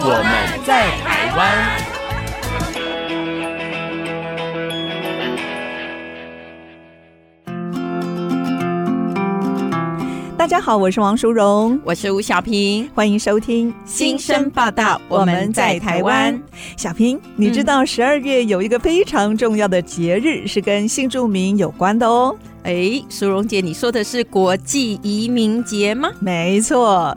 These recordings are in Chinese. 我们在台湾。大家好，我是王淑荣，我是吴小平，欢迎收听《新生报道》，我们在台湾。小平，你知道十二月有一个非常重要的节日是跟新住民有关的哦。哎，苏荣姐，你说的是国际移民节吗？没错，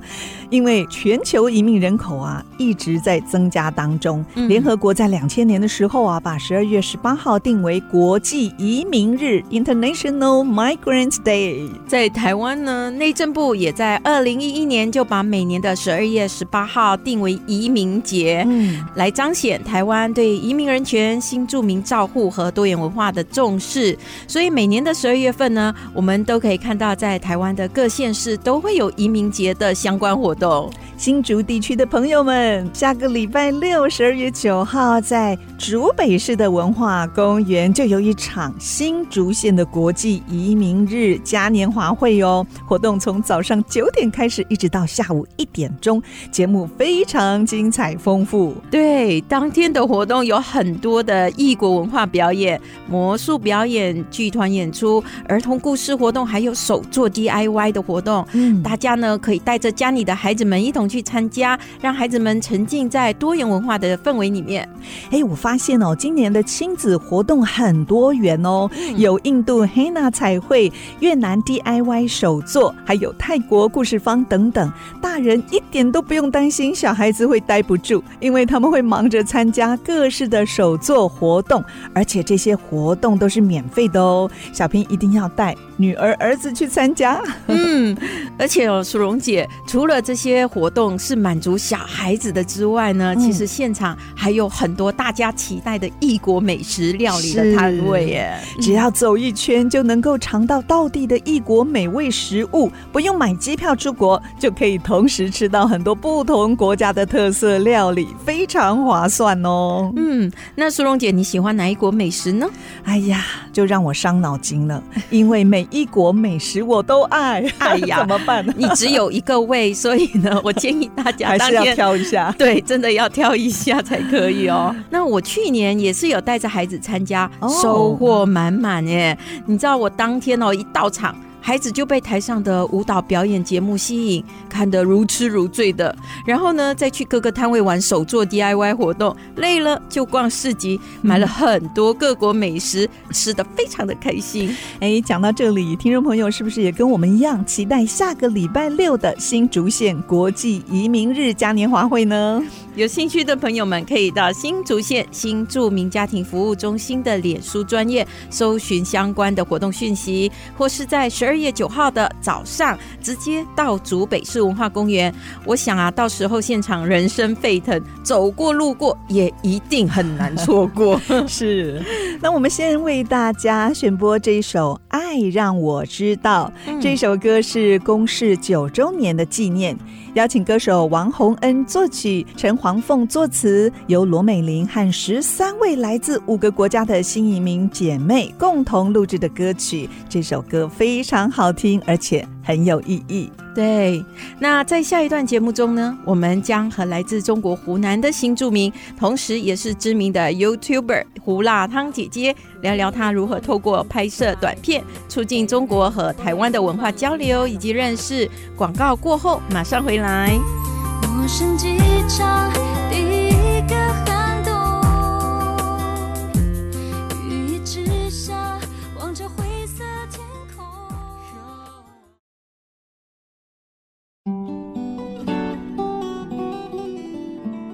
因为全球移民人口啊一直在增加当中。嗯联合国在两千年的时候啊，把十二月十八号定为国际移民日 （International Migrant Day）。在台湾呢，内政部也在二零一一年就把每年的十二月十八号定为移民节，嗯，来彰显台湾对移民人权、新住民照护和多元文化的重视。所以每年的十二月份呢，我们都可以看到在台湾的各县市都会有移民节的相关活动。新竹地区的朋友们，下个礼拜六十二月九号，在竹北市的文化公园就有一场新竹县的国际移民日嘉年华会哦。活动从早上九点开始，一直到下午一点钟，节目非常精彩丰富。对，当天的活动有很多的异国文化表演、魔术表演、剧团演出、儿童故事活动，还有手作 DIY 的活动。嗯大家呢可以带着家里的孩子们一同去参加，让孩子们沉浸在多元文化的氛围里面。哎，我发现哦，今年的亲子活动很多元哦，有印度黑娜彩绘、越南 DIY 手作，还有泰国故事坊等等。大人一点都不用担心小孩子会待不住，因为他们会忙着参加各式的手作活动，而且这些活动都是免费的哦。小平一定要带女儿、儿子去参加。嗯，而且哦，淑荣姐，除了这些活动是满足小孩子的之外呢，嗯其实现场还有很多大家期待的异国美食料理的是摊位耶。只要走一圈就能够尝到道地的异国美味食物，不用买机票出国，就可以同时吃到很多不同国家的特色料理，非常划算哦。嗯，那苏荣姐，你喜欢哪一国美食呢？哎呀，就让我伤脑筋了，因为每一国美食我都爱。哎 呀怎么办呢？你只有一个胃，所以 呢，我建议大家还当是要天。挑一下。对，真的要挑一下才可以哦。 那我去年也是有带着孩子参加，哦收获满满耶！你知道我当天哦一到场，孩子就被台上的舞蹈表演节目吸引，看得如痴如醉的。然后呢，再去各个摊位玩手作 DIY 活动，累了就逛市集，买了很多各国美食，吃的非常的开心。哎，讲到这里，听众朋友是不是也跟我们一样期待下个礼拜六的新竹县国际移民日嘉年华会呢？有兴趣的朋友们可以到新竹县新住民家庭服务中心的脸书专业搜寻相关的活动讯息，或是在十二月九号的早上直接到竹北市文化公园。我想啊，到时候现场人声沸腾，走过路过也一定很难错过。是，那我们先为大家选播这一首《爱让我知道》。嗯这首歌是公示九周年的纪念，邀请歌手王洪恩作曲，陈黄凤作词，由罗美玲和十三位来自五个国家的新移民姐妹共同录制的歌曲。这首歌非常好听，而且很有意义。对，那在下一段节目中呢，我们将和来自中国湖南的新著名，同时也是知名的 YouTuber 胡辣汤姐姐聊聊她如何透过拍摄短片，促进中国和台湾的文化交流以及认识。广告过后马上回来。陌生机场第一个寒冬，雨一直下，望着灰色天空。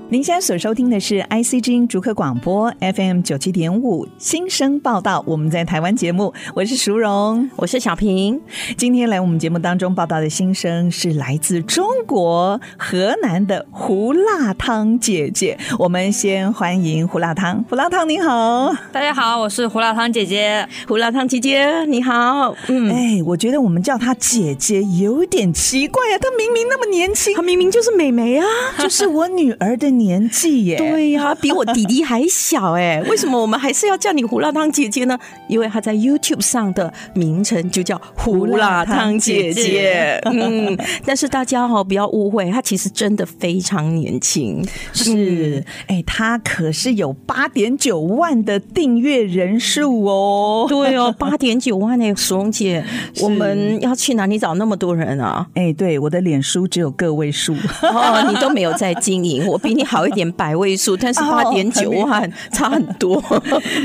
您现在所收听的是 IC 之音逐客广播 FM 九七点五新生报道，我们在台湾节目，我是淑荣。我是小平，今天来我们节目当中报道的新生是来自中国河南的胡辣汤姐姐，我们先欢迎胡辣汤。胡辣汤您好，大家好，我是胡辣汤姐姐。胡辣汤姐姐你好，嗯，哎，我觉得我们叫她姐姐有点奇怪啊呀、她明明那么年轻她，明明就是美眉啊，就是我女儿的年纪耶。 对呀、比我弟弟还小哎、为什么我们还是要叫你胡辣汤姐姐呢？因为她在 YouTube 上的名称就叫胡辣汤姐姐。嗯，但是大家哈、不要误会，她其实真的非常年轻。嗯是，哎、她可是有八点九万的订阅人数哦。对 哦，八点九万哎、苏荣姐，我们要去哪里找那么多人啊？哎、对，我的脸书只有个位数， 哦，你都没有在经营，我比你好一点百位数，但是哦八点九万差很 多。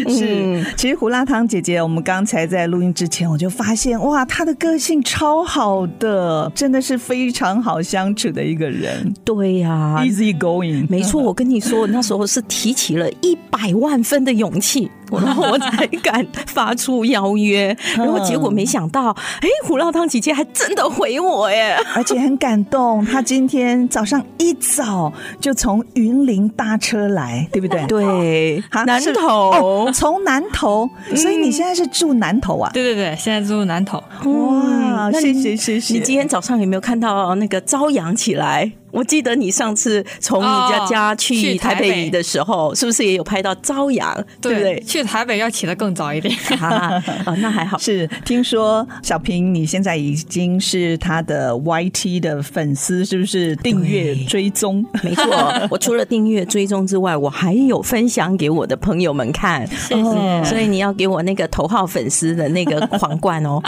嗯是，其实胡辣汤姐姐，我们刚才在录音之前，我就发现，哇，她的个性超好的，真的是非常好相处的一个人、对呀、 e a s y going。啊没嗯错，我跟你说，我那时候是提起了一百万分的勇 气，然后我才敢发出邀约，嗯然后结果没想到，哎，胡辣汤姐姐还真的回我耶！而且很感动，她今天早上一早就从云林搭车来，对不对？ 对啊，南是投嗯哦，从南头，所以你现在是住南头啊？对对对，现在住南头，哇，那谢你谢谢谢。你今天早上有没有看到那个朝阳起来？我记得你上次从你家哦家去去台台北北的时候，是不是也有拍到朝阳？对不对？去台北要起得更早一点。 啊，哦那还好。是听说小平，你现在已经是他的 YT 的粉丝，是不是？订阅对追踪。没错，我除了订阅追踪之外，我还有分享给我的朋友们看，谢谢哦所以你要给我那个头号粉丝的那个皇冠哦。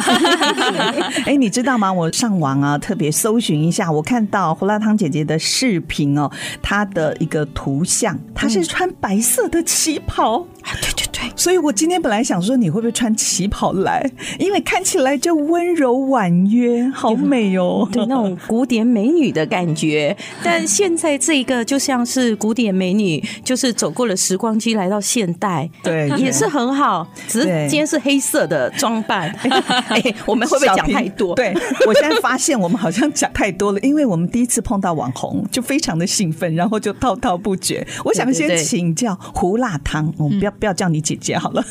哎，你知道吗？我上网啊，特别搜寻一下，我看到胡辣汤姐姐的视频哦，她的一个图像，她是穿白色的旗袍。嗯啊对对对，所以我今天本来想说你会不会穿旗袍来，因为看起来就温柔婉约，好美哦。对那种古典美女的感觉，但现在这个就像是古典美女，就是走过了时光机来到现代，对也是很好。只是对今天是黑色的装 扮，哎，我们会不会小讲平太多？对我现在发现我们好像讲太多了，因为我们第一次碰到网红就非常的兴奋，然后就滔滔不绝。我想对对嗯先对请教胡辣汤，我们不要不要叫你姐姐好 了。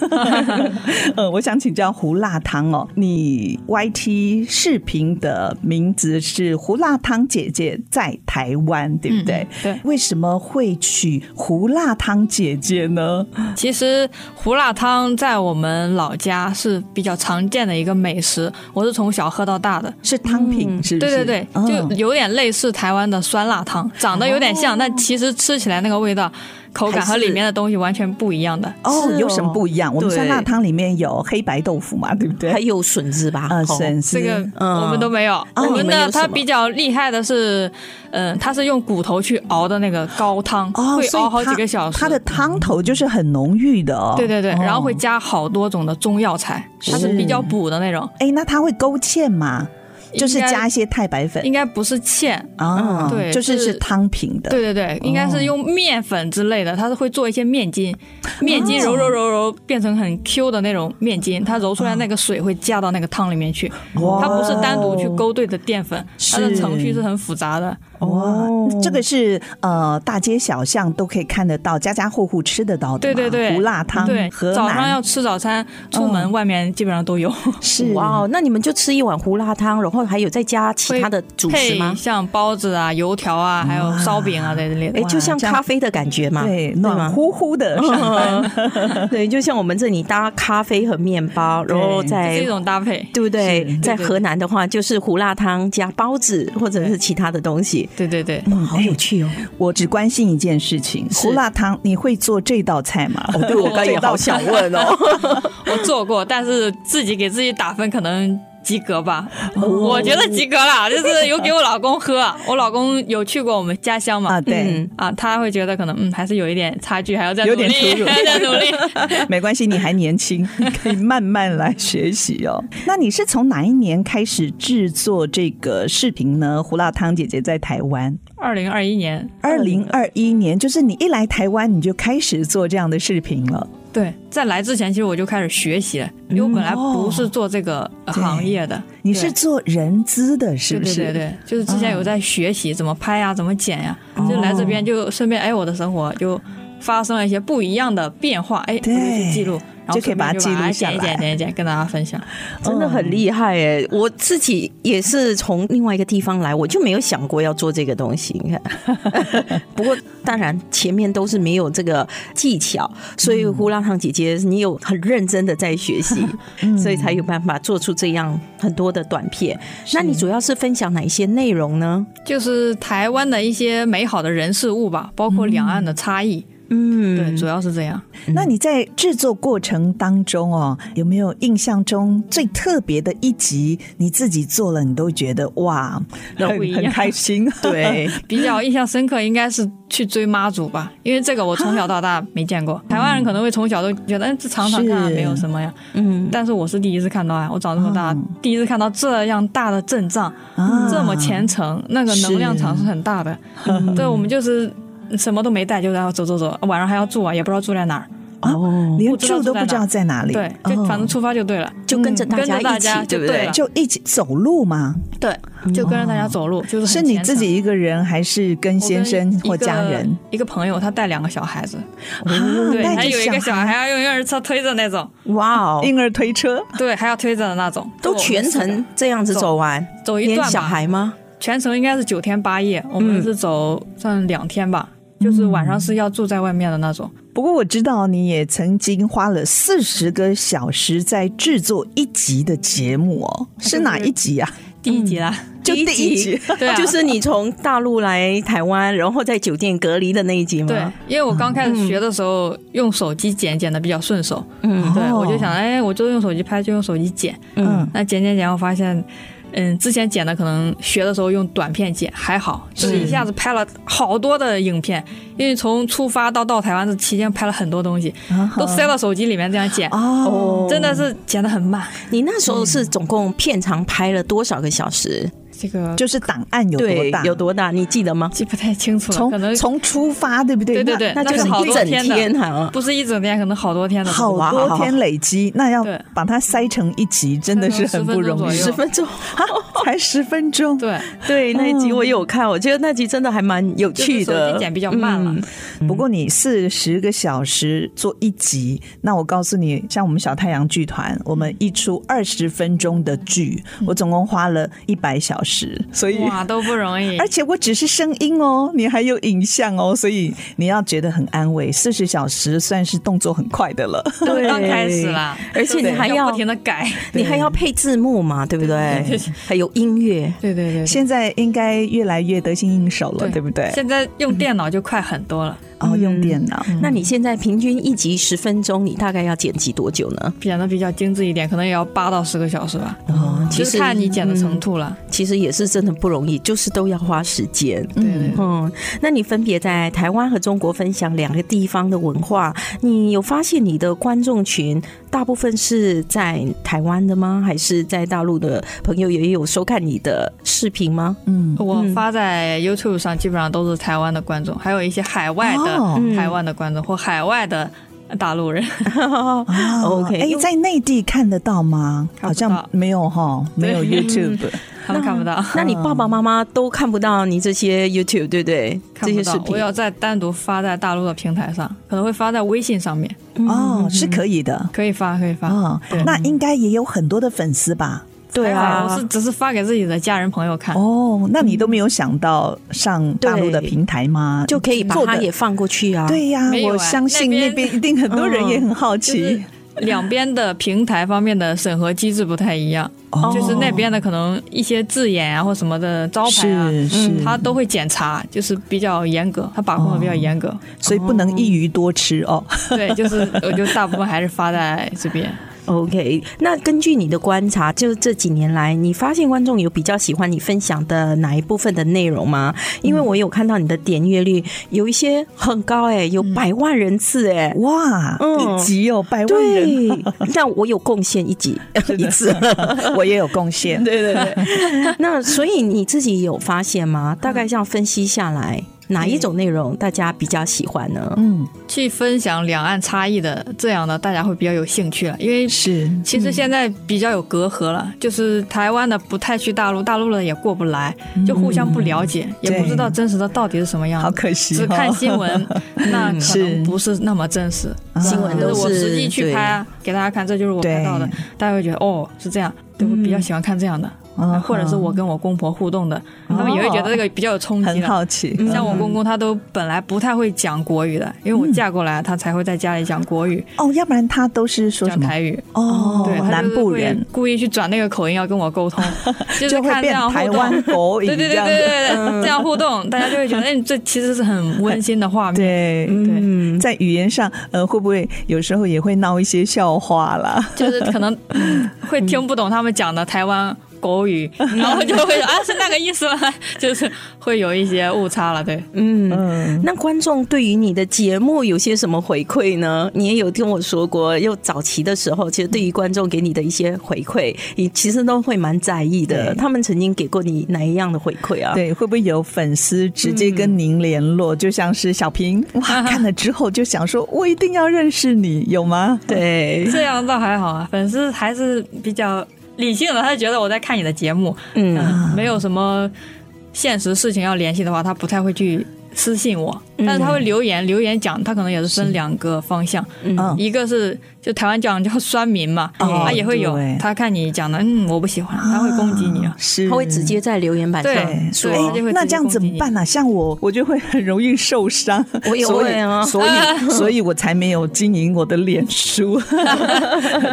呃，我想请教胡辣汤哦，你 YT 视频的名字是胡辣汤姐姐在台湾，对不对？嗯对为什么会取胡辣汤姐姐呢？其实胡辣汤在我们老家是比较常见的一个美食，我是从小喝到大的。是汤品，是不对是？对对，嗯就有点类似台湾的酸辣汤，长得有点像，但其实吃起来那个味道、口感还和是里面的东西完全不一样的。哦是，有什么不一样？我们对酸辣汤里面有黑白豆腐嘛，对不对？还有笋子吧？呃哦笋丝，这个嗯我们都没有，那我你们们有的什么它比较厉害的是，嗯，它是用骨头去熬的那个高汤，哦，会所以熬好几它个小时。它的汤头就是很浓郁的哦。对对对，哦然后会。加好多种的中药材，它是比较补的那种，哎，那它会勾芡吗？应该就是加一些太白粉应该不是芡。啊，嗯对就是是是汤品的。对对对，应该是用面粉之类的，它是会做一些面筋，面筋揉揉揉揉变成很 Q 的那种面筋，它揉出来那个水会加到那个汤里面去，哇它不是单独去勾兑的淀粉，它的哦是程序是很复杂的。哇，哦这个是呃大街小巷都可以看得到，家家户户吃得到的对嘛。对对，胡辣汤对，，河早上南要吃早餐，出门外面基本上都有。是哇哦，那你们就吃一碗胡辣汤，然后还有再加其他的主食吗配？像包子啊、油条啊，还有烧饼啊这一类的哎，。就像这样咖啡的感觉嘛，对吗暖乎乎的上班。 对，就像我们这里搭咖啡和面包，然后对这再。种搭配，对不对？在对河南的话，就是胡辣汤加包子，或者是其他的东西。对对对，嗯，好有趣哦！我只关心一件事情，胡辣汤，你会做这道菜吗？哦，对我 刚也好想问哦。我做过，但是自己给自己打分可能。及格吧，哦我觉得及格 了，就是有给我老公喝，啊我老公有去过我们家乡嘛啊，，对，嗯，啊，他会觉得可能嗯还是有一点差距，还要再努有点出力，入 还要再努 力。没关系，你还年轻，你可以慢慢来学习哦。 那你是从哪一年开始制作这个视频呢？胡辣汤姐姐在台湾二零二一年，二零二一年，就是你一来台湾，你就开始做这样的视频了。对，在来之前其实我就开始学习了，因为我本来不是做这个嗯哦呃对行业的，你对是做人资的，是对不对是？对对，就是之前有在学习怎么拍呀、怎么剪呀、哦就来这边就顺便哎，我的生活就发生了一些不一样的变化，哎，我就对去记录，然后就可以把它顺便就把它记录下剪一来剪剪一剪，跟大家分享。真的很厉害哎！我自己也是从另外一个地方来，我就没有想过要做这个东西。你 看，不过当然前面都是没有这个技巧，所以胡辣汤姐姐你有很认真的在学 习，嗯所以才有办法做出这样很多的短片。那你主要是分享哪些内容呢？就是台湾的一些美好的人事物吧，包括两岸的差异，嗯，对，主要是这样。那你在制作过程当中哦，有没有印象中最特别的一集？你自己做了，你都觉得哇，那不一很很样开 心。 对，比较印象深刻应该是去追妈祖吧，因为这个我从小到大没见啊过。台湾人可能会从小都觉得，嗯，这常常看啊是哦没有什么呀，嗯，但是我是第一次看到呀，我长这么大、第一次看到这样大的阵仗，啊这么虔诚，那个能量场是很大的。嗯对，我们就是什么都没带，就然后走走走，晚上还要住啊，也不知道住在哪儿。哦，连住都不知不知道道在哪里，对，就哦反正出发就对了，就跟着大嗯跟家着大一起家对就不对了，就一起走路嘛。对，就跟着大家走路，就是很哦是你虔自诚。己一个人，还是跟我先跟生或一个家人？一个朋友，他带两个小孩子，啊 对，带他着有一个小小孩孩要用婴儿车推着那种，哇哦，婴儿推车， 对，还要推着的那种，都就我们全四个程这样子走完，走一连段吧小孩吗？全程应该是九天八夜，我们嗯是走算两天吧，就是晚上是要住在外面的那种。不过我知道你也曾经花了四十个小时在制作一集的节目哦，是哪一集啊？第一集啦，就第一集，对啊，就是你从大陆来台湾，然后在酒店隔离的那一集吗？对，因为我刚开始学的时候、用手机剪剪的比较顺手，嗯对、哦我就想，哎，我就用手机拍，就用手机剪，嗯，那剪剪剪，我发现。嗯，之前剪的可能学的时候用短片剪还好，就是一下子拍了好多的影片，因为从出发到到台湾这期间拍了很多东西，嗯都塞到手机里面这样剪，哦，真的是剪的很慢。你那时候是总共片长拍了多少个小时？这个就是档案有多对大，，有多大？你记得吗？记不太清楚了，可从能从出发，对不对？对对对那就那是好一多整天啊的天啊哈。不是一整天，可能好多天的。好多天累积，那要对把它塞成一集，真的是很不容易，塞十成10分钟左分右钟，才十分钟。 对，对那一集我有看，我觉得那集真的还蛮有就是趣手的嗯机。剪比较慢了，不过你四十个小时做一集，那我告诉你，像我们小太阳剧团，我们一出二十分钟的剧，我总共花了一百小时，所以。嗯哇，都不容易而。且我只是声音哦，你还有影像哦，所以你要觉得很安慰。四十小时算是动作很快的了，对，刚开始啦，而且你还要要不停的改。你还要配字幕嘛，对不 对？还有音乐，对对对现在应该越来越得心应手了，对不对？现嗯在用电脑就快很多了，哦，用电脑，那你现在平均一集十分钟，你大概要剪辑多久呢？剪的比较精致一点，可能也要八到十个小时吧。哦，就其是实看你剪的程度，度了。其实也是真的不容易，就是都要花时间。对对对，嗯，那你分别在台湾和中国分享两个地方的文化，你有发现你的观众群大部分是在台湾的吗？还是在大陆的朋友也有收看你的视频吗？嗯，我发在 YouTube 上基本上都是台湾的观众，还有一些海外哦的台湾的观众或海外的大陆人。啊 OK，哎因，为在内地看得到吗？哦看不到好像没有哈，没有 YouTube。他们看不到，那你爸爸妈妈都看不到你这些 YouTube 对不对？看这不些视到。频我要再单独发在大陆的平台上，可能会发在微信上面，嗯哦，是可以的。可以发，可以发。哦啊对，那应该也有很多的粉丝吧？对还啊，好我是只是发给自己的家人朋友看。哦，那你都没有想到上大陆的对平台吗？就可以把做它得也放过去啊。，对呀、没有我啊相信那那边嗯边一定很多人也很好奇。就是两边的平台方面的审核机制不太一样，哦就是那边的可能一些字眼啊或什么的招牌啊，是是他都会检查，就是比较严格，他把控的比较严格。所以不能一鱼多吃哦。对，就是我就大部分还是发在这边。 OK，那根据你的观察，就这几年来，你发现观众有比较喜欢你分享的哪一部分的内容吗？因为我有看到你的点阅率有一些很高、欸，哎，有嗯百万人次、欸，哎、哇，嗯一集有百万人，对， 那我有贡献一集一次， 我也有贡献。对对对。那所以你自己有发现吗？大概这样分析下来，哪一种内容大家比较喜欢呢？嗯，去分享两岸差异的这样的，大家会比较有兴趣了，因为是其实现在比较有隔阂了，嗯就是台湾的不太去大陆，大陆的也过不来，就互相不了解，也不知道真实的到底是什么样嗯好子。可惜、哦，嗯只看新闻，那可是啊能不是那么真实。新闻但都是是我实际去拍啊，给大家看，这就是我拍到的对，大家会觉得哦是这样，就会比较喜欢看这样的， 啊嗯哦或者是我跟我公婆互动的，他们也会觉得这个比较有冲击很了。嗯好奇，像我公公他都本来不太会讲国语的，因为嗯我嫁过来，他才会在家里讲国语、哦，要不然他都是说讲什么？台语。哦对，，他南就是部会人故意去转那个口音要跟我沟通， 就是就会看这变样互台动 湾国语对对这对对样对子。对对，这样互动，大家就会觉得，哎，这其实是 很温馨的画面。对，对，嗯，在语言上，呃，会不会有时候也会闹一些笑话啦？就是可能 嗯会听不懂他们讲的台湾国语，然后就会啊是那个意思吗？ 就是会有一些误差了。对，嗯。嗯，那观众对于你的节目有些什么回馈呢？你也有跟我说过，又早期的时候，其实对于观众给你的一些回馈，你其实都会蛮在意的。对他们曾经给过你哪一样的回馈啊？对，会不会有粉丝直接跟您联络？嗯就像是小平，哇，看了之后就想说，我一定要认识你，有吗？对，这样倒还好啊，粉丝还是比较理性的，他就觉得我在看你的节目，嗯嗯，没有什么现实事情要联系的话，他不太会去私信我，嗯但是他会留言，留言讲，他可能也是分两个方向，嗯一个是就台湾讲叫酸民嘛，啊哦他也会有对，他看你讲的，嗯，我不喜欢，他会攻击你啊，是他会直接在留言板对上对他说就会哎那直接这样怎攻击么你办呢、像我，我就会很容易受伤。我也所以会啊所 以所以我才没有经营我的脸书，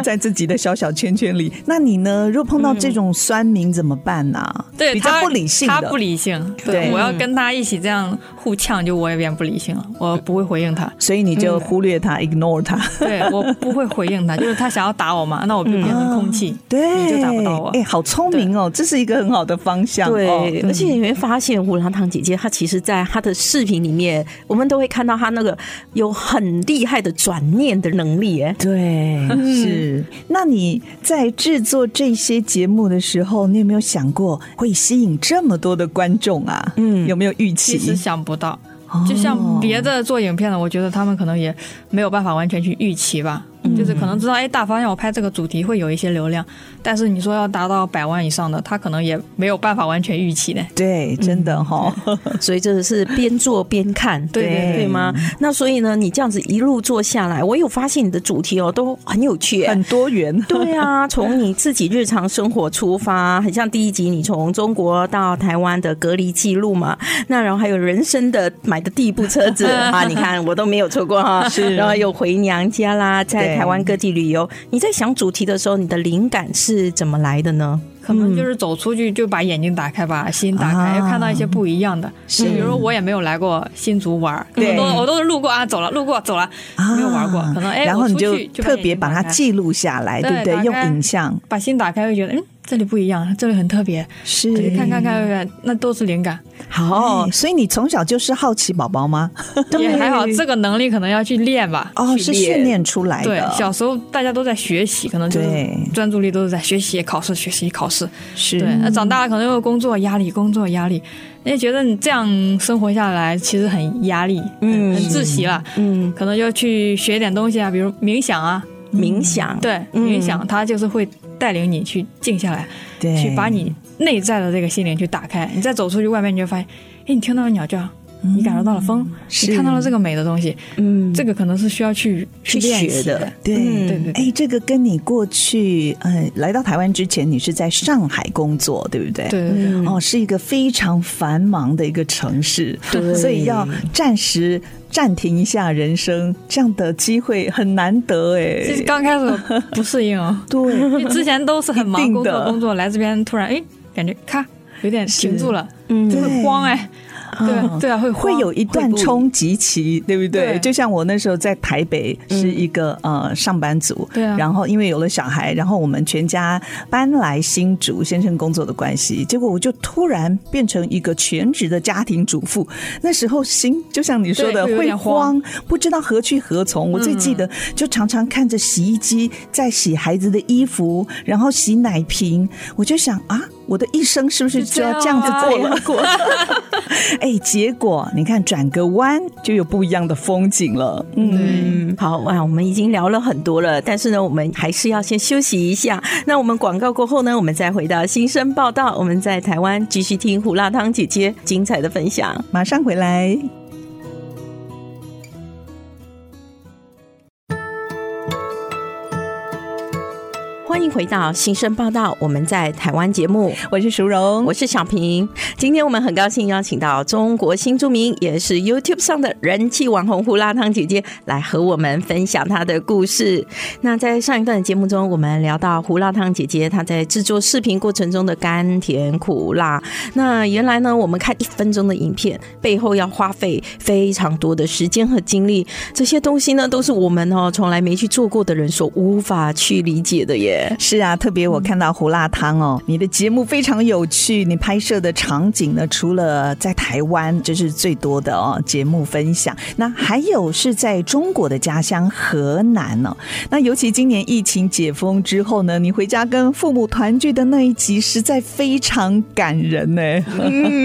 在自己的小小圈圈里。那你呢？如果碰到这种酸民怎么办呢、嗯对，比较他不理性他的不理性。对我要跟他一起这样互呛，就我也变不理性了，我不会回应 他。所以你嗯就忽略他、i g n o r e 他。对我不会回应他，就是他想要打我嘛，那我就变成空气，啊对，你就打不到啊我哎、。好聪明哦，这是一个很好的方向。哦对，而且你会发现胡辣汤姐姐她其实，在她的视频里面，我们都会看到她那个有很厉害的转念的能力，哎，对，是。嗯那你在制作这些节目的时候，你有没有想过会吸引这么多的观众啊？嗯有没有预其实期？想不到，就哦像别的做影片的，我觉得他们可能也没有办法完全去预期吧。嗯就是可能知道，哎，大方向我拍这个主题会有一些流量，但是你说要达到百万以上的，他可能也没有办法完全预期的。对，真嗯的哦哈、 所以这个是边做边看，对对对对吗？那所以呢，你这样子一路做下来，我有发现你的主题哦，都很有趣耶。 很多元。对啊，从你自己日常生活出发，很像第一集你从中国到台湾的隔离记录嘛，那然后还有人生的买的第一部车子啊，你看我都没有错过哈，是，然后又回娘家啦，在对台湾各地旅游。你在想主题的时候，你的灵感是怎么来的呢？可能就是走出去就把眼睛打开，把心打开，嗯啊又看到一些不一样的。就比如说我也没有来过新竹玩儿，可能对都我都是路过啊，走了，路过走了，啊 没有玩过，可能哎，然我后你出就去就特别把它眼睛打开，记录下来，对对不对？打用开影像把心打开，会觉得嗯，这里不一样，这里很特别，是就看看看看，那都是灵感，好哎，所以你从小就是好奇宝宝吗？也还好，这个能力可能要去练吧。哦，是训练出来对的，，小时候大家都在学习，可能就是哎对嗯专注力都是在学习、考试、学习、考试。是对，那长大了可能又有工作压力，工作压力，你也觉得你这样生活下来其实很压力，嗯很窒息了。嗯，可能就去学一点东西啊，比如冥想啊，嗯冥想，对，嗯冥想它就是会带领你去静下来，对，去把你内在的这个心灵去打开。你再走出去外面，你就发现，哎，你听到了鸟叫，你感受到了风，嗯是你看到了这个美的东西，嗯，这个可能是需要去去练学习的的。，对嗯对对对哎，这个跟你过去呃来到台湾之前，你是在上海工作，对不对？。对对嗯对，哦，是一个非常繁忙的一个城市，对所以要暂时暂停一下人生，这样的机会很难得其实哎。刚开始不适 应哦， 对，因为之前都是很一忙定工的作工作，来这边突然哎，感觉咔有点停住了，嗯就是对嗯慌哎，对对啊，会会慌有一段不一冲击期，对不对？对嗯就像我那时候在台北是一个、呃上班族，对啊然后因为有了小孩，然后我们全家搬来新竹，先生工作的关系，结果我就突然变成一个全职的家庭主妇。那时候心就像你说的对会会有点嗯慌，不知道何去何从。我最记得就常常看着洗衣机在洗孩子的衣服，然后洗奶瓶，我就想啊，我的一生是不是就要这样子过了？过 哎，结果你看转个弯就有不一样的风景了。嗯，嗯，好哇，我们已经聊了很多了，但是呢，我们还是要先休息一下。那我们广告过后呢，我们再回到新生报道，我们在台湾继续听胡辣汤姐姐精彩的分享。马上回来。欢迎回到新生报道，我们在台湾节目，我是淑荣，我是小平。今天我们很高兴邀请到中国新著名，也是 YouTube 上的人气网红胡辣汤姐姐来和我们分享她的故事。那在上一段的节目中，我们聊到胡辣汤姐姐她在制作视频过程中的甘甜苦辣。那原来呢，我们看一分钟的影片，背后要花费非常多的时间和精力，这些东西呢，都是我们哦从来没去做过的人所无法去理解的耶。是啊，特别我看到胡辣汤哦，你的节目非常有趣，你拍摄的场景呢，除了在台湾，这是最多的哦，节目分享。那还有是在中国的家乡河南哦，那尤其今年疫情解封之后呢，你回家跟父母团聚的那一集，实在非常感人呢。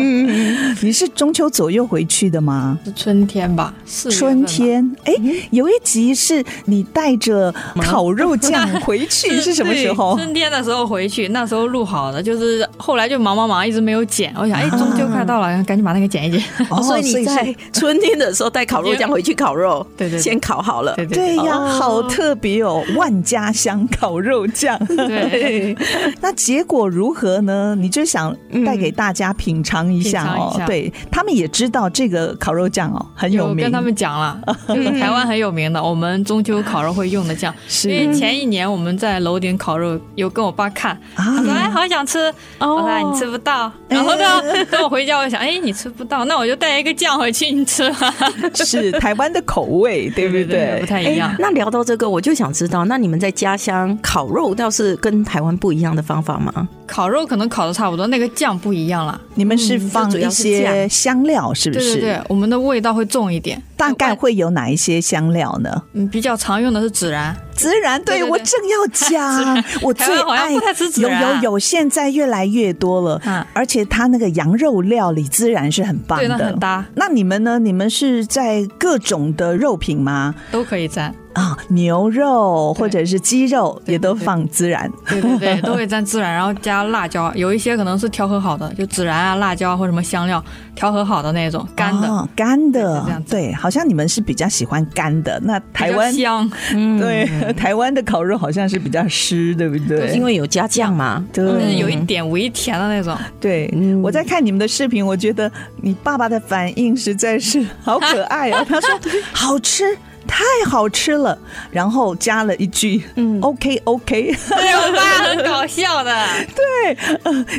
你是中秋左右回去的吗？是春天吧，四月份春吧天，哎，有一集是你带着烤肉酱回 去，是什么时候？对春天的时候回去，那时候录好的，就是后来就忙忙忙，一直没有剪。我想，啊哎，中秋快到了，赶紧把那个剪一 剪。哦所以你是在春天的时候带烤肉酱回去烤肉，对对对先烤好了。对对对呀，好特别哦，万家香烤肉酱。 对， 那结果如何呢？你就想带给大家品尝一下嗯品哦尝一，下对他们也知道这个烤肉酱哦很有有名跟，他们讲了，就是台湾很有名的，我们中秋烤肉会用的酱。因是为前一年我们在楼顶烤肉，有跟我爸看，他说：“啊，哦哎， 好想吃。”我说：“哎，你吃不到。”然后 呢，等我回家，我想：“哎，你吃不到，那我就带一个酱回去，你吃 吧。是台湾的口味，对哎不不太一样。那聊到这个，我就想知道，那你们在家乡烤肉倒是跟台湾不一样的方法吗？烤肉可能烤的差不多，那个酱不一样了。你们嗯是放主一要是酱些香料，是不对对是？对，我们的味道会重一点。大概会有哪一些香料呢？嗯，比较常用的是孜然。孜然，对对对我正要 讲，我最台湾好像爱不太吃孜有然啊有有，现在越来越多了，嗯而且它那个羊肉料理孜然是很棒对，那的很。搭，那你们呢？你们是在各种的肉品吗？都可以沾。啊，牛肉对或者是鸡肉对也都对对放孜然。对对 对，都可以沾孜然，然后加辣椒，有一些可能是调和好的，就孜然啊、辣椒或什么香料调和好的那种干的，哦干对是这的样，子对，好像你们是比较喜欢干的。那台湾比较香。嗯，对 台湾的烤肉好像是比较湿，对不对？因为有加酱嘛。但是对有一点微甜的那种，对，我在看你们的视频，我觉得你爸爸的反应实在是好可爱 啊！他说好吃。太好吃了，然后加了一句，嗯，OK OK，对哎我爸很搞笑的，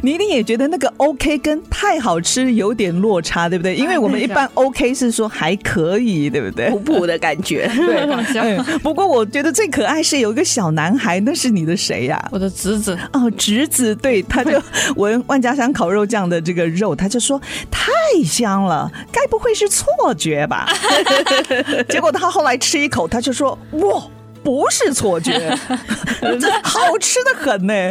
你一定也觉得那个 OK 跟太好吃有点落差，对不啊对？因为我们一般 OK 是说还可以，对不对补？补的感觉，很搞笑。嗯不过我觉得最可爱是有一个小男孩，那是你的谁呀、我的侄子，哦，侄子，对，他就闻万家香烤肉酱的这个肉，他就说太香了，该不会是错觉吧？ 结果他后来吃一口，他就说哇。不是错觉， 这好吃的很呢、 哎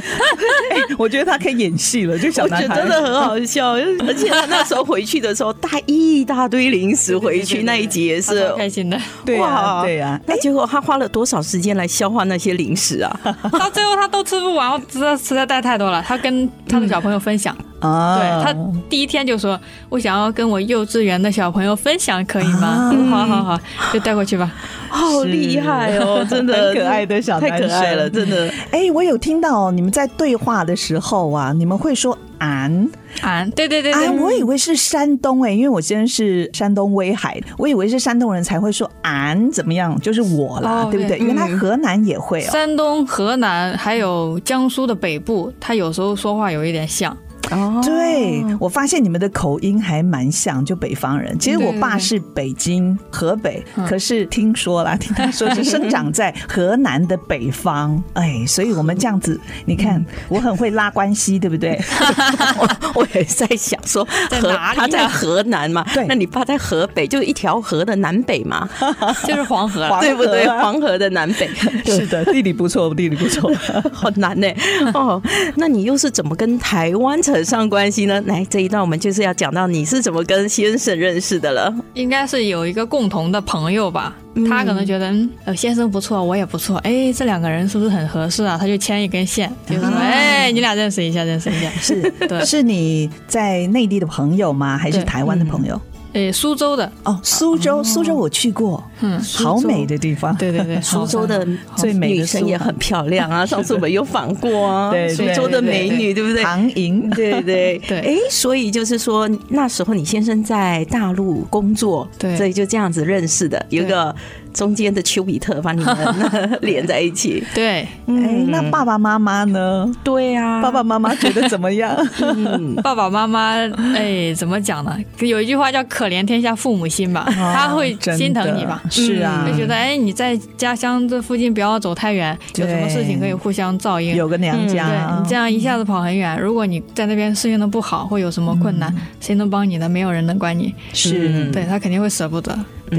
我觉得他可以演戏了，这个小我男觉孩得真的很 好笑。而且他那时候回去的时候带一大堆零食回去，对对对对对那一集也他是超。开心的。对呀、哇对呀、那结果他花了多少时间来消化那些零 食啊？到最后他都吃不完，我实在实在带太多了。他跟他的小朋友分享，啊，对他第一天就说：“我想要跟我幼稚园的小朋友分享，可以吗？”啊嗯好好好，就带过去吧。好厉害哦，真 的很可爱的小男太生可爱了，真的。哎，我有听到你们在对话的时候啊，你们会说俺俺，对对对对，俺，哎啊我以为是山东哎、因为我先生是山东威海，我以为是山东人才会说俺怎么样，就是我啦，哦对不对？对原来河南也会哦。山东、河南还有江苏的北部，他有时候说话有一点像，哦对，我发现你们的口音还蛮像，就北方人。其实我爸对对对是北京河北，嗯可是听说啦，听他说是生长在河南的北方。哎，所以我们这样子，你看我很会拉关系，对不对？ 我我也在想说，在河哪里啊他在呢河南嘛，对那你爸在河北，就一条河的南北嘛，就是黄河了。黄河对不对？啊黄河的南 北，是的，地理不错，地理不错。好难呢、哦，那你又是怎么跟台湾扯上关系呢？来，这一段我们就是要讲到你是怎么跟先生认识的了。应该是有一个共同的朋友吧，他可能觉得嗯呃先生不错，我也不错，哎，这两个人是不是很合适啊？他就牵一根线，就说哎，你俩认识一下，认识一下。 是对是你在内地的朋友吗？还是对台湾的朋友？哎，苏州的，哦，苏州，苏州我去过，嗯，好美的地方。对对对，苏州的最美的女生也很漂亮啊，上次我们有访过啊， 对苏对州的对美对女，对不 对？唐 寅，对对对哎，所以就是说那时候你先生在大陆工作，对所以就这样子认识的，有一个中间的丘比特把你们连在一 起。对嗯哎，那爸爸妈妈呢？对啊，爸爸妈妈觉得怎么样？嗯，爸爸妈妈，哎，怎么讲呢？有一句话叫“可怜天下父母心”吧， 他会心疼你吧哦真的？是啊，就觉得哎，你在家乡这附近不要走太远，有什么事情可以互相照应。啊有个娘对家，你这样一下嗯子跑很远，如果你在那边适应的不好，会有什么困难，谁能帮你呢？没有人能管你，嗯嗯是对他肯定会舍不得。对，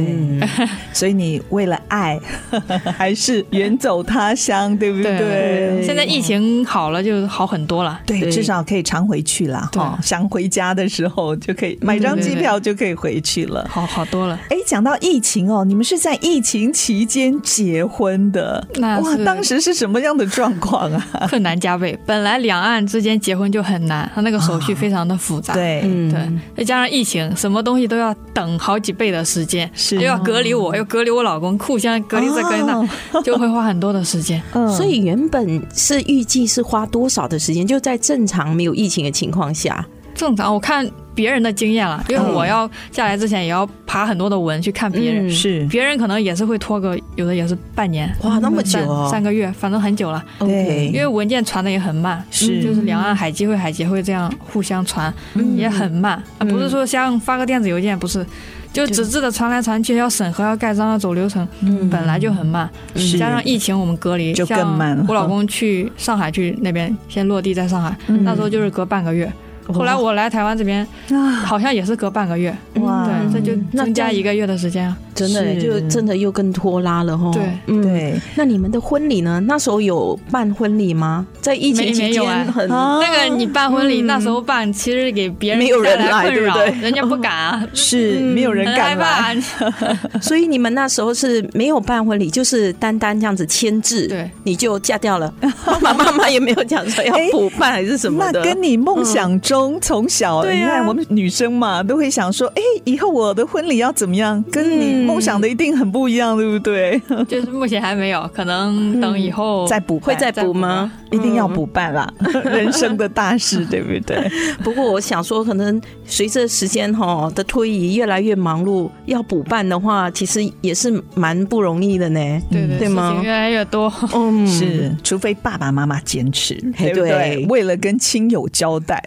所以你为了爱， 还是远走他乡，对不对？现在疫情好了就好很多了。对，对至少可以常回去啦。对嗯哈，想回家的时候就可以买张机票就可以回去了。好好多了，哎，讲到疫情哦，你们是在疫情期间结婚的，那哇，是当时是什么样的状况 啊？困难加倍。本来两岸之间结婚就很难，他那个手续非常的复杂。啊对，嗯对，再加上疫情，什么东西都要等好几倍的时间，是又要隔离我，又隔离我老公，互相隔离再隔离那，就会花很多的时间。哦嗯所以原本是预计是花多少的时间？就在正常没有疫情的情况下，正常，我看别人的经验了，因为嗯我要下来之前也要爬很多的文去看别人，嗯是别人可能也是会拖个，有的也是半年，哇那么久三哦三个月，反正很久了。因对为文件传的也很慢，是就是两岸海基会、海协会这样互相传，也很慢啊，不是说像发个电子邮件，不是，就纸质的传来传去，要审核、要盖章、要走流程，本来就很慢，是加上疫情我们隔离，就更像慢了我老公去上海去那边先落地，在上海那时候就是隔半个月，后来我来台湾这边啊，好像也是隔半个月，哇嗯嗯对，这就那增加这样一个月的时间啊。真的是就真的又更拖拉了哈。对嗯。对，那你们的婚礼呢？那时候有办婚礼吗？在疫情没期没有哎间很啊那个你办婚礼那时候办，其实给别人没有人带来来困扰，对不对人家不敢啊，是没有人很 害敢来，怕。所以你们那时候是没有办婚礼，就是单单这样子签字，对，你就嫁掉了。 爸爸妈妈也没有讲说要哎补办还是什么那的。跟你嗯梦想中从小，对啊你看我们女生嘛，都会想说，哎，以后我的婚礼要怎么样，跟嗯你梦想的一定很不一样，对不对？就是目前还没有，可能等以后嗯再补会办再补吗？一定嗯要补办啦， 人生的大事，对不对？不过我想说，可能随着时间哈的推移，越来越忙碌，要补办的话，其实也是蛮不容易的呢。对对对吗事情越来越多，嗯，是，除非爸爸妈妈坚持，嘿对不对对？为了跟亲友交代，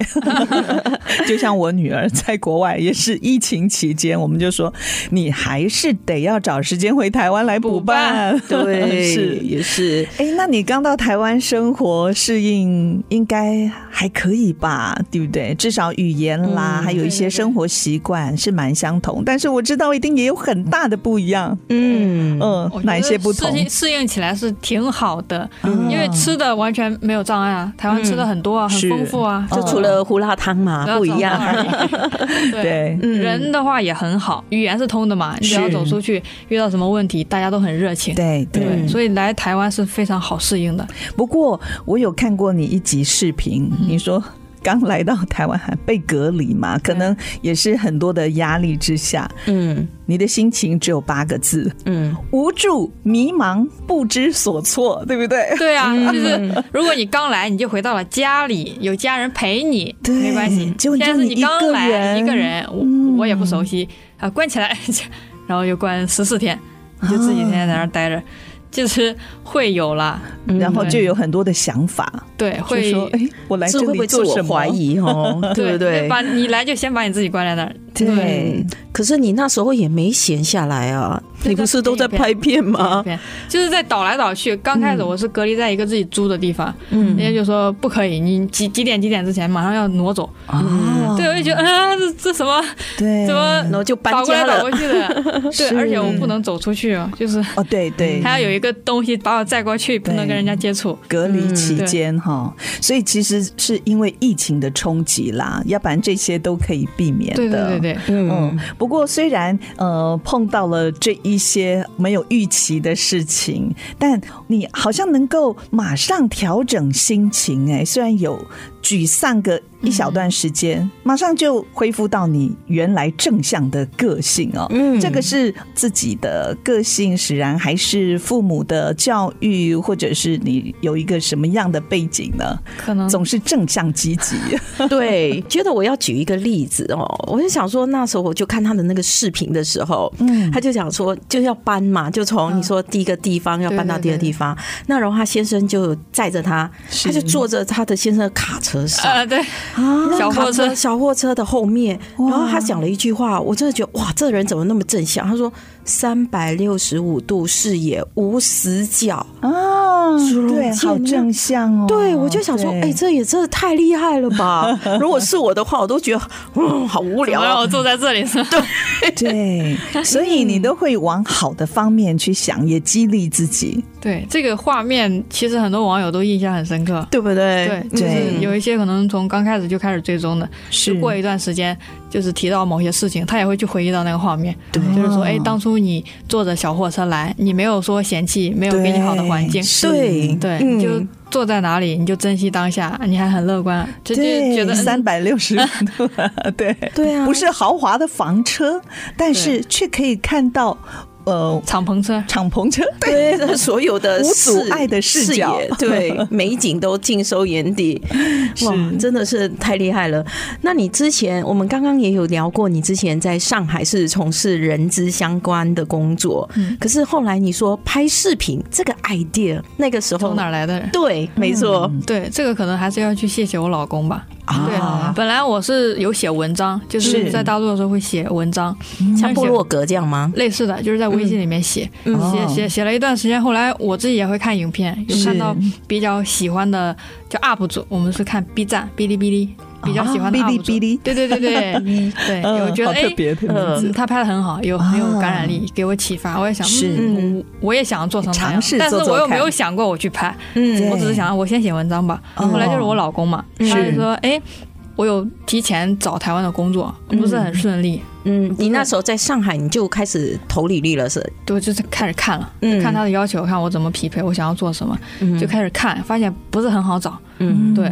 就像我女儿在国外也是疫情期间，我们就说你还是得要找时间回台湾来补补办办。 对，是也是。哎，那你刚到台湾生活，适应应该还可以吧？对不对？至少语言啦，还有一对些对对生活习惯是蛮相同，但是我知道一定也有很大的不一样。嗯嗯 我，觉哪一得些不同适？应适应起来是挺好的，嗯因为吃的完全没有障碍啊，台湾吃的很多啊，是哦很丰富啊，就除了哦胡辣汤嘛，不一样。然后 找到而已 对。对，嗯人的话也很好，语言是通的嘛，你只要是走出去，遇到什么问题，大家都很热情。对嗯对对，所以来台湾是非常好适应的。不过我有看过你一集视频，你说。刚来到台湾还被隔离嘛，可能也是很多的压力之下，嗯你的心情只有八个字：嗯，无助、迷茫、不知所措，对不对？ 对啊，就是如果你刚来，你就回到了家里，有家人陪你，对没关系。结果你现在就是你你刚一个来人一个人，我嗯我也不熟 悉啊，关起来，然后又关十四天，你就自己天天在那儿待着。其实会有啦，嗯然后就有很多的想法，对，就会说哎，我来这这会不里会自做我什么？怀疑 哦？对不对就？把你来就先把你自己关在那儿，对，可是你那时候也没闲下来啊，对你不是都在拍片啊吗？对，就是在倒来倒去。刚开始嗯我是隔离在一个自己租的地方，嗯人家就说不可以，你几几点几点之前马上要挪走。啊，对，我就觉得啊，这这什么对，怎然么后就搬倒过来家倒了过。去的？对，是而且我不能走出去啊，就是哦，对对，还要有一个东西把我载过去，不能对跟人家接触。隔离期间哈，所以其实是因为疫情的冲击啦，要不然这些都可以避免的。对对对对，嗯，不过虽然呃碰到了这一些没有预期的事情，但你好像能够马上调整心情、哎，虽然有沮丧个一小段时间，马上就恢复到你原来正向的个性哦。嗯这个是自己的个性使然，还是父母的教育，或者是你有一个什么样的背景呢？可能总是正向积极，对，觉得我要举一个例子哦，我就想说，那时候我就看他的那个视频的时候，嗯他就讲说就要搬嘛，就从你说第一个地方要搬到第二地方，那然后他先生就载着他，他就坐着他的先生的卡车上，啊，对，啊 小卡货车车小货车的后面，哇然后他讲了一句话，我真的觉得哇，这人怎么那么正向？他说三百六十五度视野无死角，哦，朱荣对，建好正向哦。对我就想说，对哎、这也真的太厉害了 吧！如果是我的话，我都觉得嗯，好无聊我让我啊。坐在这里是吧？对，对，所以你都会往好的方面去想，也激励自己。 对，这个画面其实很多网友都印象很深刻。对不对对？，就是对嗯嗯有一些可能从刚开始就开始追踪的，是过一段时间，就是提到某些事情，他也会去回忆到那个画面，对，就是说，哎，当初你坐着小货车来，你没有说嫌弃，没有给你好的环境，是对对，嗯你就坐在哪里，你就珍惜当下，你还很乐观，就就觉得对，嗯三百六十 度，对对啊不是豪华的房车，但是却可以看到呃敞篷车，敞篷车， 对，那所有的无视阻碍的视角野 对美景都尽收眼底，哇，真的是太厉害了。那你之前我们刚刚也有聊过，你之前在上海是从事人资相关的工作，可是后来你说拍视频这个 idea，那个时候从哪儿来的人？对，没错，对，这个可能还是要去谢谢我老公吧。啊对，本来我是有写文章，就是是在大陆的时候会写文章，像部落格这样吗？类似的，就是在微信里面写，嗯写哦写写了一段时间，后来我自己也会看影片，有看到比较喜欢的叫 UP 主，我们是看 B 站、哔哩哔哩，比较喜欢的啊 UP 主，哔哩哔哩对 对对对对，嗯我觉得好特哎。别的名字嗯，他拍的很好，有很有感染力，给我启发。我也想，啊是嗯，我我也想做成那样尝试但是做做我又看没有想过我去拍，对嗯我只是想啊我先写文章吧。哦后来就是我老公嘛，他是就说，哎，我有提前找台湾的工作，不是很顺利，嗯，你那时候在上海你就开始投履历了是？对，就是开始看了，嗯看他的要求，看我怎么匹配，我想要做什么，嗯就开始看，发现不是很好找。嗯对，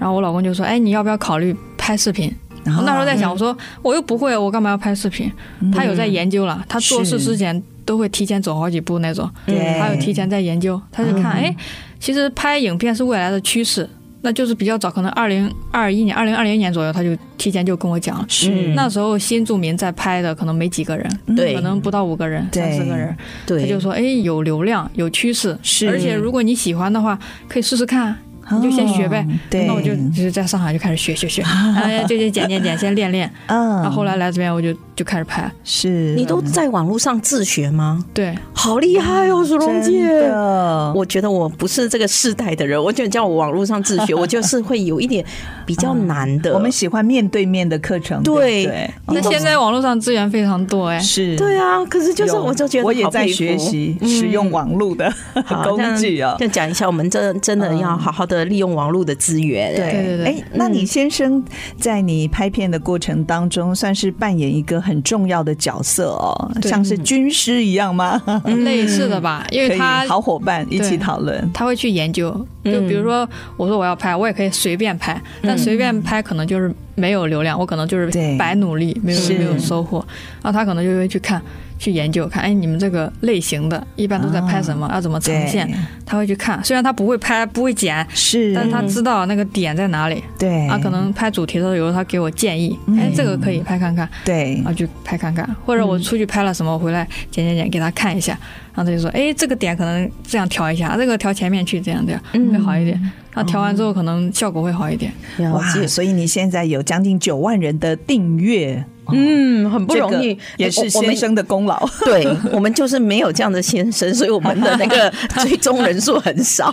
然后我老公就说：“哎，你要不要考虑拍视频？”我那时候在想，啊我说我又不会，我干嘛要拍视频？嗯他有在研究了，他做事之前都会提前走好几步那种，对嗯他有提前在研究，他就看，哎，其实拍影片是未来的趋势。那就是比较早，可能二零二一年、二零二零年左右，他就提前就跟我讲了。是那时候新住民在拍的，可能没几个人，对可能不到五个人、对三四个人。对，他就说：“哎，有流量，有趋势，是而且如果你喜欢的话，可以试试看啊，你就先学呗。哦对那我就就是在上海就开始学 学学，哎，就就剪剪剪，先练练。嗯然后后来来这边，我就就开始拍。是你都在网络上自学吗？对，好厉害哦，苏荣嗯真姐！的我觉得我不是这个世代的人，我觉得叫我网络上自学，我就是会有一点比较难的。我们喜欢面对面的课程，对对不那对，现在网络上资源非常多，哎，是对啊，可是就是有我就觉得我也好在佩服嗯学习嗯使用网络的好 工具啊那。就讲一下，我们真真的要好好的利用网络的资源。对嗯对哎，那你先生在你拍片的过程当中，算是扮演一个很重要的角色哦，对像是军师一样吗？类似的吧，因 可为以他好伙伴一起对讨论。他会去研究，就比如说我说我要拍，我也可以随便拍，但随便拍可能就是没有流量，我可能就是对白努力，没有是没有收获。然后他可能就会去看，去研究看，哎，你们这个类型的一般都在拍什么，要怎么呈现对，他会去看。虽然他不会拍，不会剪，是，但是他知道那个点在哪里。对啊，可能拍主题的时候，有时候他给我建议，哎，这个可以拍看看，对啊，去拍看看，或者我嗯出去拍了什么，回来剪剪剪给他看一下，然后他就说，哎，这个点可能这样调一下，啊这个调前面去，这样这样会好一点。嗯那调完之哦后，可能效果会好一点。了哇，解，所以你现在有将近九万人的订阅，嗯，很不这容个易，也我是我们先生的功劳。 对我们就是没有这样的先生，所以我们的 那个追踪人数很少。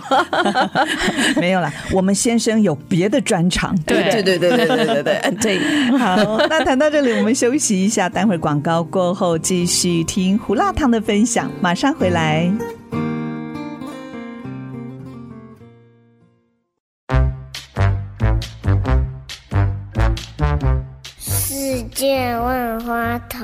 没有啦，我们先生有别的专长。对 对对对对对对对，嗯 对。好，那谈到这里，我们休息一下，待会儿广告过后继续听胡辣汤的分享，马上回来。世界万花筒。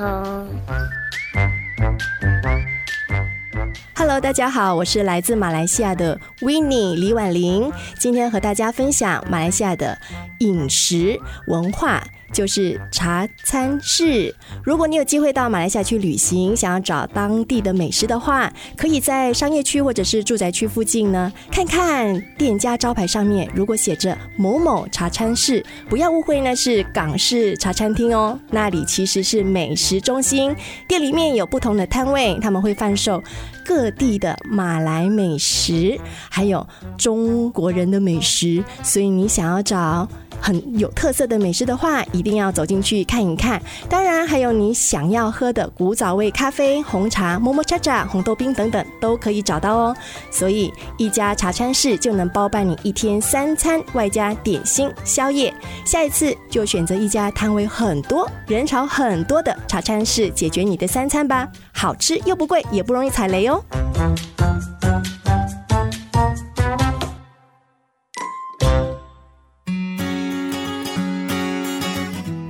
Hello，大家好，我是来自马来西亚的 w i n n i e 李婉玲，今天和大家分享马来西亚的饮食文化。就是茶餐室。如果你有机会到马来西亚去旅行，想要找当地的美食的话，可以在商业区或者是住宅区附近呢，看看店家招牌上面如果写着某某茶餐室，不要误会呢是港式茶餐厅哦，那里其实是美食中心。店里面有不同的摊位，他们会贩售各地的马来美食，还有中国人的美食。所以你想要找很有特色的美食的话，一定要走进去看一看。当然，还有你想要喝的古早味咖啡、红茶、么么叉叉、红豆冰等等，都可以找到哦。所以，一家茶餐室就能包办你一天三餐，外加点心、宵夜。下一次就选择一家摊位很多、人潮很多的茶餐室，解决你的三餐吧。好吃又不贵，也不容易踩雷哦。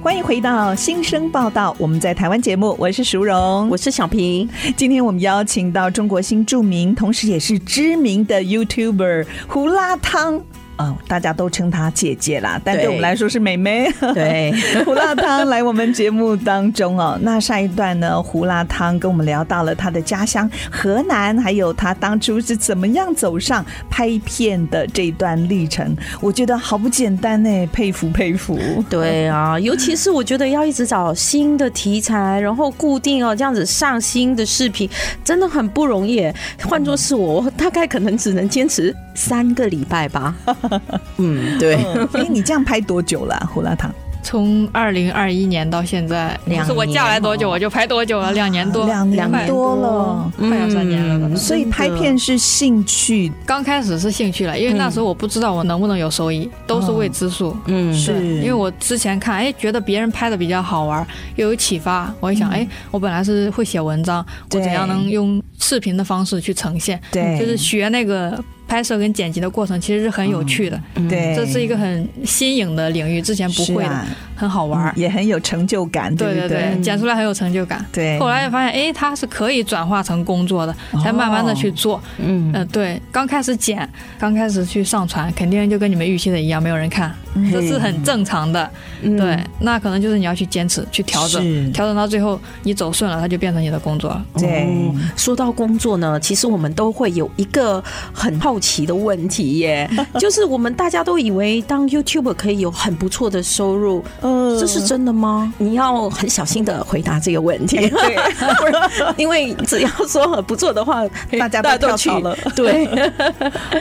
欢迎回到新生报道，我们在台湾节目，我是淑荣，我是小平，今天我们邀请到中国新著名，同时也是知名的 YouTuber 胡辣汤。啊、大家都称她姐姐啦，但对对我们来说是妹妹。对， 胡辣汤来我们节目当中哦。那上一段呢，胡辣汤跟我们聊到了他的家乡河南，还有他当初是怎么样走上拍片的这段历程，我觉得好不简单呢，佩服佩 服。对啊，尤其是我觉得要一直找新的题材，然后固定哦这样子上新的视频，真的很不容易耶。换作是我，我大概可能只能坚持三个礼拜吧。 嗯，对，哎，你这样拍多久了、胡辣汤？从二零二一年到现在，两是我年嫁来多久哦啊我就拍多久了，两年多，两两年年多了。快要三年了吧。嗯所以拍片是兴趣，刚开始是兴趣了，因为那时候我不知道我能不能有收益，都是未知数。嗯，是对因为我之前看，哎，觉得别人拍的比较好玩，又有启发。我一想，哎，我本来是会写文章，我嗯对怎样能用视频的方式去呈现？对就是学那个拍摄跟剪辑的过程，其实是很有趣的。嗯对，这是一个很新颖的领域，之前不会是的，啊很好玩。也很有成就感，对不对对，剪出来很有成就感。嗯对哦后来也发现，哎，它是可以转化成工作的，才慢慢的去做。嗯、对，刚开始剪，刚开始去上传，肯定就跟你们预期的一样，没有人看，这是很正常的。对，那可能就是你要去坚持，去调是整，调整到最后你走顺了，它就变成你的工作了。对哦，说到工作呢，其实我们都会有一个很好奇的问题耶，就是我们大家都以为当 YouTuber 可以有很不错的收入，嗯这是真的吗？你要很小心的回答这个问题，不然 因为只要说很不错的话，大家都都跳去槽了对，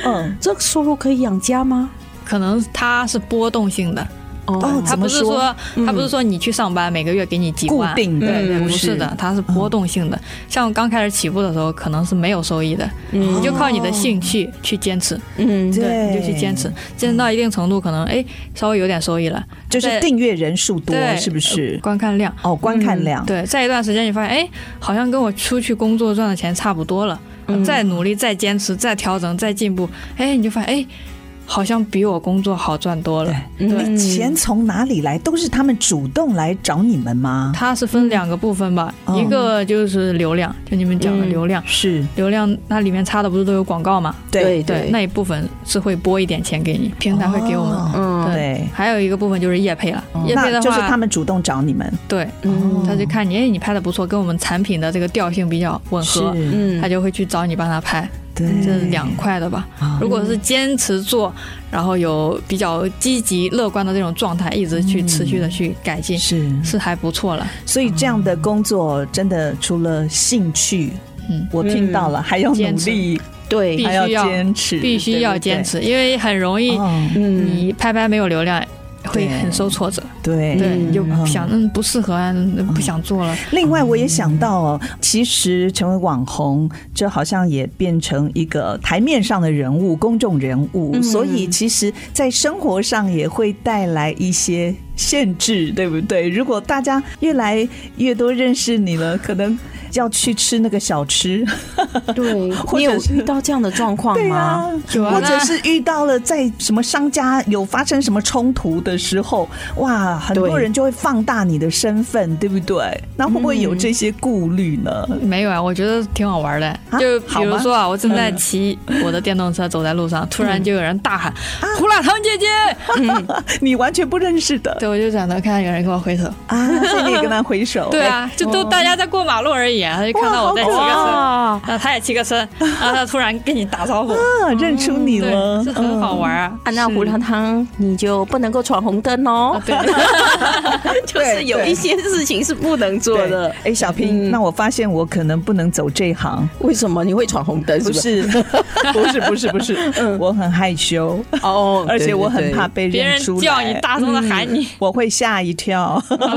嗯，这个收入可以养家吗？可能它是波动性的，哦它不是说，它不是嗯说你去上班每个月给你几固万，定的对对，嗯不不是是的，它是波动性的。像刚开始起步的时候，可能是没有收益的，你就靠你的兴趣去坚持，嗯，哦对对，你就去坚持，坚持到一定程度，可能哎稍微有点收益了，就是在订阅人数多，对是不是？观看量。哦，观看量，对，在一段时间你发现，哎，好像跟我出去工作赚的钱差不多了，嗯再努力、再坚持、再调整、再进步，哎，你就发现，哎，好像比我工作好赚多了。那钱从哪里来？都是他们主动来找你们吗？它是分两个部分吧，嗯一个就是流量，就你们讲的流量，是，流量那里面插的不是都有广告嘛？对对，那一部分是会拨一点钱给你，平台会给我们。哦嗯，对，还有一个部分就是业配了，业配那的话就是他们嗯主动找你们，对，嗯他就看你，哎，你拍的不错，跟我们产品的这个调性比较吻合，是，嗯他就会去找你帮他拍，对，嗯这是两块的吧。啊如果是坚持做，然后有比较积极乐观的这种状态，一直去持续的去改进，是，是还不错了。所以这样的工作真的除了兴趣，嗯我听到了，还要努坚持力，对必须还要要坚持，必须要对不对坚。持，因为很容易哦，嗯你拍拍没有流量，会对很受挫折。对对，你就嗯想嗯不适合啊，嗯不想做了。另外，我也想到哦，其实成为网红，这好像也变成一个台面上的人物、公众人物，所以其实，在生活上也会带来一些限制，对不对？如果大家越来越多认识你了，可能要去吃那个小吃，对， 或你者有是遇到这样的状况对吗？啊，有啊或者是遇到了在什么商家有发生什么冲突的时候，哇，很多对人就会放大你的身份，对不对？那会不会有这些顾虑呢？没有啊，我觉得挺好玩的。嗯啊嗯就比如说啊，我正在骑我的电动车走在路上，突然就有人大喊啊“胡辣汤姐姐你完全不认识”，的对我就转头看到有人跟我挥手。啊，所以你也跟他挥手， 对，啊，就都大家在过马路而已啊，他就看到我在骑个车，哇，然后他也骑个车，然后他突然跟你打招呼， 啊，认出你嗯对了，，嗯是很好玩啊。啊，那胡 辣汤你就不能够闯红灯哦啊，对，就是有一些事情是不能做对的。。哎，小平，嗯那我发现我可能不能走这一行，为什么你会闯红灯？不是是， 不是，不是，不嗯是，我很害羞，吧哦，而且我很怕对。被别认人出来，叫你，大声的喊你，我会吓一 跳。嗯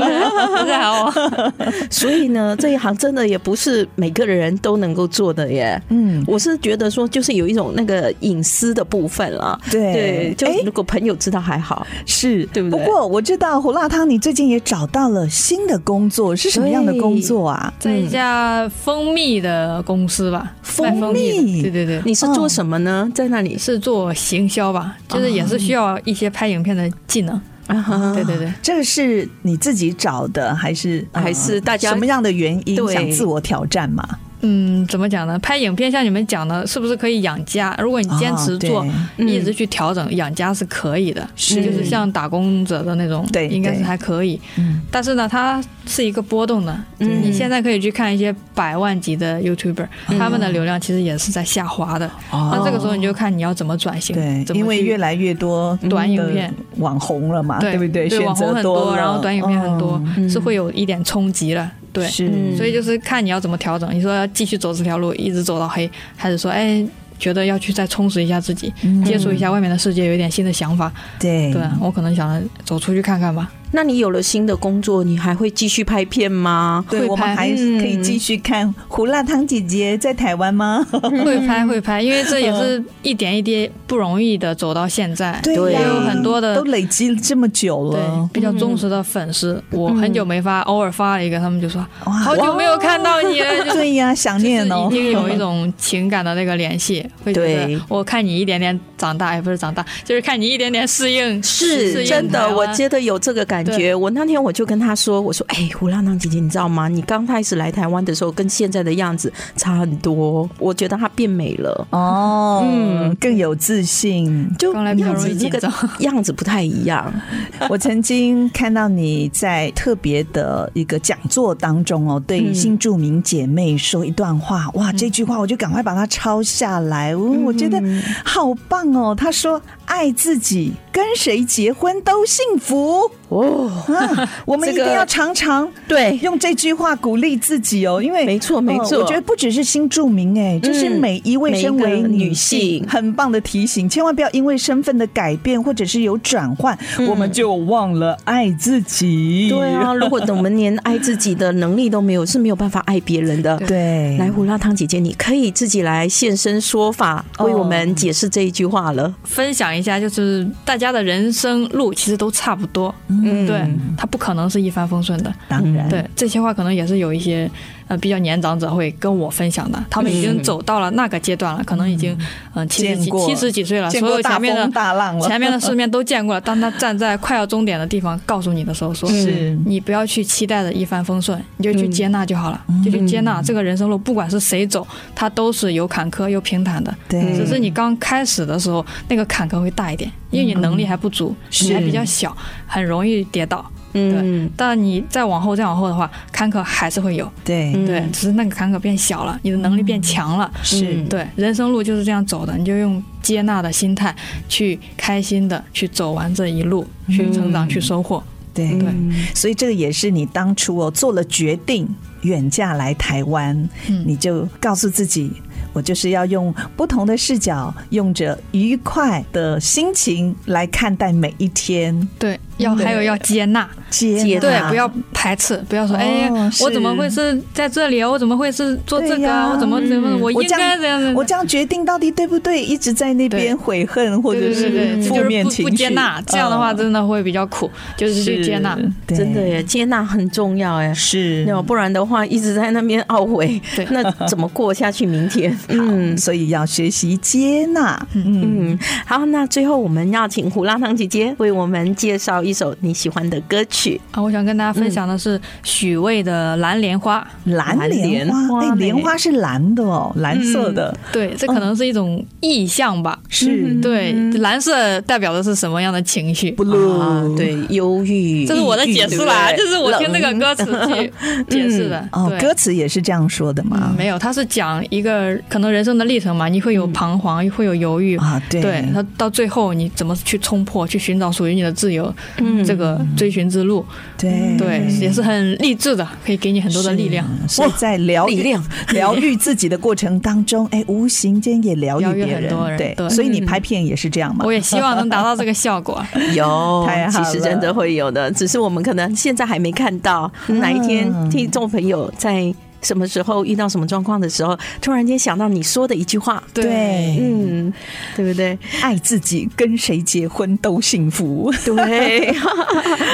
不是喊我。对对所以呢，这一行真的也不是每个人都能够做的耶。嗯，我是觉得说，就是有一种那个隐私的部分了。对就哎如果朋友知道还好。是对不对过我知道胡辣汤，你最近也找到了新的工作，是什么样的工作啊？在一家蜂蜜的公司吧，卖蜂蜂蜜蜜的，对对对，你是做什么呢？在那里是做行销吧，就是也是需要一些拍影片的技能，啊哈对对对。这个是你自己找的，还是呃还是大家什么样的原因对想自我挑战嘛？嗯，怎么讲呢？拍影片像你们讲的，是不是可以养家？如果你坚持做，啊对一直去调整，养家是可以的，是就是像打工者的那种，对应该对是还可以。嗯但是呢，它是一个波动的。你现在可以去看一些百万级的 YouTuber，、他嗯们的流量其实也是在下滑的。那这个时候你就看你要怎么转哦型，对，怎么因为去越来越多短影片的网红了嘛，对不对？选网红择很多，了然后短影片很多，嗯是会有一点冲击了。对，嗯是，所以就是看你要怎么调整。你说要继续走这条路，一直走到黑，还是说哎？觉得要去再充实一下自己，接触一下外面的世界，有一点新的想法。嗯嗯对对啊我可能想走出去看看吧。那你有了新的工作，你还会继续拍片吗？对，会我们拍还嗯可以继续看胡辣汤姐姐在台湾吗？嗯会拍会拍，因为这也是一点一滴不容易的走到现在。对呀，也有很多的都累积这么久对了，比较忠实的粉丝，嗯我很久没发，偶尔发了一个，他们就说哇好久没有看到 你了，就对呀，想念哦，就是已经有一种情感的那个联系，会觉对得我看你一点点长大，哎也不是长大，就是看你一点点适应，适是应真台的，湾我觉得有这个感觉。啊对我那天我就跟他说：“我说，哎、胡浪浪姐姐，你知道吗？你刚开始来台湾的时候，跟现在的样子差很多。我觉得她变美了，哦，嗯嗯，更有自信。就刚来比较样容子易那紧个张样子不太一 样。 我曾经看到你在特别的一个讲座当中哦，对嗯新著名姐妹说一段话，哇，这句话我就赶快把它抄下来，我嗯我觉得好棒哦。她说：“爱自己，跟谁结婚都幸福。”哦，啊， 我们一这定个要常常对用这句话鼓励自己哦，因为没错呃没错嗯我觉得不只是新著名哎，就是每一位每一身个为女女性性很棒的提醒，千万不要因为身份的改变或者是有转换，嗯我们就忘了爱自己。对啊，如果我们连爱自己的能力都没有，是没有办法爱别人的。对，嗯来，胡辣汤姐姐，你可以自己来现身说法，哦为我们解释这一句话了。分享一下，就是大家的人生路其实都差不多，嗯对，它不可能是一帆风顺的，当然对，这些话可能也是有一些呃比较年长者会跟我分享的，他们已经走到了那个阶段了，可能已经嗯七十见几过七十几岁了，见啊所过有大前面的风大浪了前面的世面都见过了。当他站在快要终点的地方告诉你的时候，说是你不要去期待着一帆风顺，你就去接纳就好了，嗯就去接纳这个人生路，不管是谁走，它都是有坎坷有平坦的。对只是你刚开始的时候，那个坎坷会大一点，因为你能力嗯还不足，你还比较小，很容易跌倒。嗯，但你再往后再往后的话，坎坷还是会有，对，对，只是那个坎坷变小了，你的能力变强了。是嗯对，人生路就是这样走的，你就用接纳的心态去开心的去走完这一路，去成长，嗯去收获。对对，所以这个也是你当初哦做了决定，远嫁来台湾，嗯你就告诉自己，我就是要用不同的视角，用着愉快的心情来看待每一天，对，要还有要接纳，接纳对，不要排斥，不要说，哦哎，是我怎么会是在这里啊？我怎么会是做这对个呀嗯啊？我怎么怎么我我应这该样这样子？我这样决定到底对不对？一直在那边悔恨或对者对对对，是这负就是面不情不绪，接纳，这样的话嗯真的会比较苦，就是去接纳。，对真的耶，接纳很重要哎。是要不然的话，一直在那边懊悔嗯对，那怎么过下去？明 天，嗯所以要学习接纳，嗯，嗯，好，那最后我们要请胡辣汤姐姐为我们介绍一首你喜欢的歌曲。啊，我想跟大家嗯分享的是许巍的《蓝莲花》。蓝莲蓝莲花，花哎，呢莲花是蓝的哦，蓝色的，对，哦这可能是一种意象吧。是对，嗯蓝色代表的是什么样的情绪？啊 blue，，对，忧郁，哦这是我的解释啦，就是我听那个歌词 去解释的。哦，对歌词啊也是这样说的嘛嗯，没有，它是讲一个可能人生的历程嘛，你会有彷徨，会有犹豫。嗯啊，对，对，它到最后你怎么去冲破，去寻找属于你的自由，嗯这个追寻之路，对嗯对，也是很励志的，可以给你很多的力量。嗯是所以在疗愈力量疗愈自己的过程当中，哎，无形间也疗疗愈愈别很多人对，对嗯所以你拍片也是这样嘛我，也希望能达到这个效果。 有太，好其了实真的会有的，只是我们可能现在还没看到。哪一天嗯听众朋友在什么时候遇到什么状况的时候，突然间想到你说的一句话，对，嗯，对不对？爱自己跟谁结婚都幸福。 嗯对，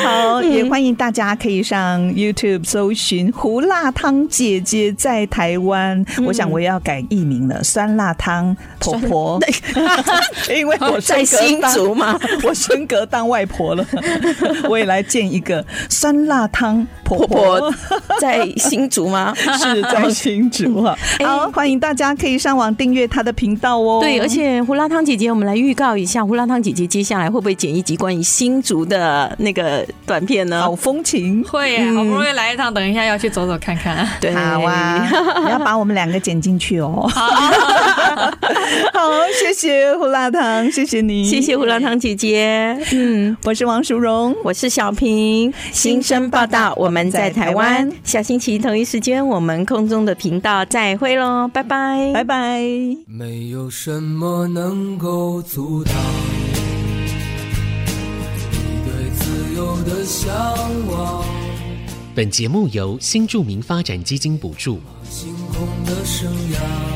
好，也欢迎大家可以上 YouTube 搜寻“胡辣汤姐姐在台湾”。我想我要改艺名了，“酸辣汤婆婆”， 因为我 在升格新当竹嘛， 我升格当外婆了， 我也来建一个“酸辣汤婆婆婆”婆 在新竹吗？是在新竹 哈。好，欢迎大家可以上网订阅她的频道哦。对，而且胡辣汤姐姐，我们来预告一下，胡辣汤姐姐接下来会不会剪一集关于新竹的那个短片呢好？风情。会耶，好不容易来一趟，等一下要去走走看看。对，好啊， 你要把我们两个剪进去哦。好，谢谢胡辣汤，谢谢你，谢谢胡辣汤姐姐。嗯，我是王淑荣，我是小平，新生报道，我们在台在湾台湾，下星期同一时间，我们空中的频道再会喽，拜拜，拜拜。没有什么能够阻挡你对自由的向往。本节目由新著名发展基金补助。星空的生涯。